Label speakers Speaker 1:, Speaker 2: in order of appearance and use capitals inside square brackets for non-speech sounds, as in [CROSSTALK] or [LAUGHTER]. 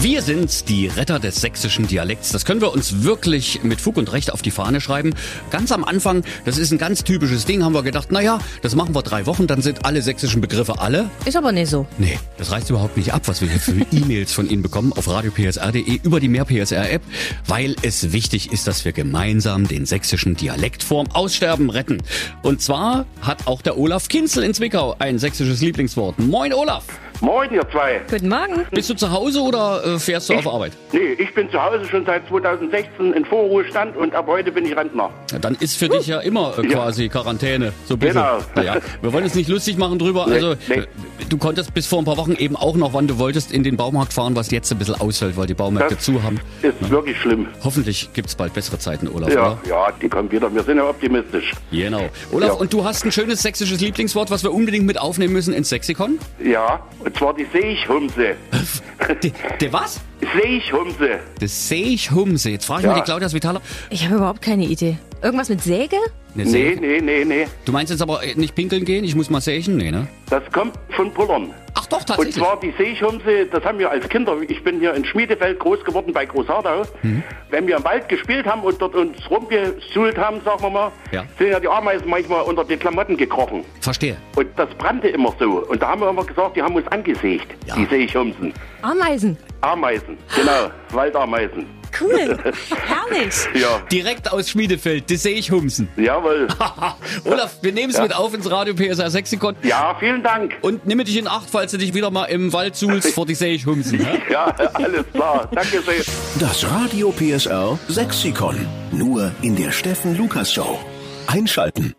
Speaker 1: Wir sind die Retter des sächsischen Dialekts. Das können wir uns wirklich mit Fug und Recht auf die Fahne schreiben. Ganz am Anfang, das ist ein ganz typisches Ding, haben wir gedacht, naja, das machen wir drei Wochen, dann sind alle sächsischen Begriffe alle.
Speaker 2: Ist aber nicht so.
Speaker 1: Nee, das reißt überhaupt nicht ab, was wir jetzt für E-Mails von Ihnen bekommen auf radiopsr.de E über die Mehr PSR App, weil es wichtig ist, dass wir gemeinsam den sächsischen Dialekt vorm Aussterben retten. Und zwar hat auch der Olaf Kinzel in Zwickau ein sächsisches Lieblingswort. Moin Olaf!
Speaker 3: Moin, ihr zwei.
Speaker 2: Guten Morgen.
Speaker 1: Bist du zu Hause oder äh, fährst du auf Arbeit?
Speaker 3: Nee, ich bin zu Hause schon seit 2016 in Vorruhestand und ab heute bin ich Rentner.
Speaker 1: Ja, Dann ist für dich ja immer äh, quasi Quarantäne. So ein bisschen.
Speaker 3: Genau.
Speaker 1: Naja, wir wollen uns nicht lustig machen drüber.
Speaker 3: Nee,
Speaker 1: also,
Speaker 3: nee.
Speaker 1: äh, du konntest bis vor ein paar Wochen eben auch noch, wann du wolltest, in den Baumarkt fahren, was jetzt ein bisschen ausfällt, weil die Baumärkte zu haben.
Speaker 3: ist wirklich schlimm.
Speaker 1: Hoffentlich gibt's bald bessere Zeiten, Olaf.
Speaker 3: Ja,
Speaker 1: Oder?
Speaker 3: ja, die kommen wieder. Wir sind ja optimistisch.
Speaker 1: Genau. Olaf,
Speaker 3: Ja.
Speaker 1: und du hast ein schönes sächsisches Lieblingswort, was wir unbedingt mit aufnehmen müssen ins
Speaker 3: [LAUGHS]
Speaker 1: Sexikon?
Speaker 3: Ja, und zwar die
Speaker 1: [LAUGHS]
Speaker 3: Seichhumse.
Speaker 1: De, de was?
Speaker 3: Seichhumse.
Speaker 1: Das Seichhumse. Jetzt frage ich mal
Speaker 3: Ja.
Speaker 1: die Claudia Svitala.
Speaker 2: Ich habe überhaupt keine Idee. Irgendwas mit Säge?
Speaker 1: Ne,
Speaker 3: Nee,
Speaker 1: Seich-
Speaker 3: nee, nee, nee.
Speaker 1: Du meinst jetzt aber äh, nicht pinkeln gehen? Ich muss mal sächen? Nee, ne?
Speaker 3: Das kommt von Pullern.
Speaker 1: Ach doch,
Speaker 3: Und
Speaker 1: tatsächlich.
Speaker 3: zwar die Seichhumse, das haben wir als Kinder, ich bin hier in Schmiedefeld groß geworden bei Großhardau.
Speaker 1: Mhm.
Speaker 3: Wenn wir im Wald gespielt haben und dort uns rumgesuhlt haben, sagen wir mal,
Speaker 1: Ja.
Speaker 3: sind ja die Ameisen manchmal unter die Klamotten gekrochen.
Speaker 1: Verstehe.
Speaker 3: Und das brannte immer so. Und da haben wir immer gesagt, die haben uns angesägt,
Speaker 1: Ja.
Speaker 3: die Seichhumsen.
Speaker 2: Ameisen.
Speaker 3: Ameisen, genau, Waldameisen.
Speaker 2: [LAUGHS] Cool. Herrlich.
Speaker 3: Ja,
Speaker 1: Direkt aus Schmiedefeld, das Seichhumsen.
Speaker 3: jawohl.
Speaker 1: [LAUGHS] Olaf, wir nehmen es mit auf ins Radio PSR Sexikon.
Speaker 3: Ja, vielen Dank.
Speaker 1: Und nimm dich in Acht, falls du dich wieder mal im Wald suhlst, vor dich sehe ich humsen. Ja?
Speaker 3: Ja, [LAUGHS] alles klar. Danke sehr.
Speaker 4: Das Radio PSR Sexikon. Nur in der Steffen Lukas Show. Einschalten.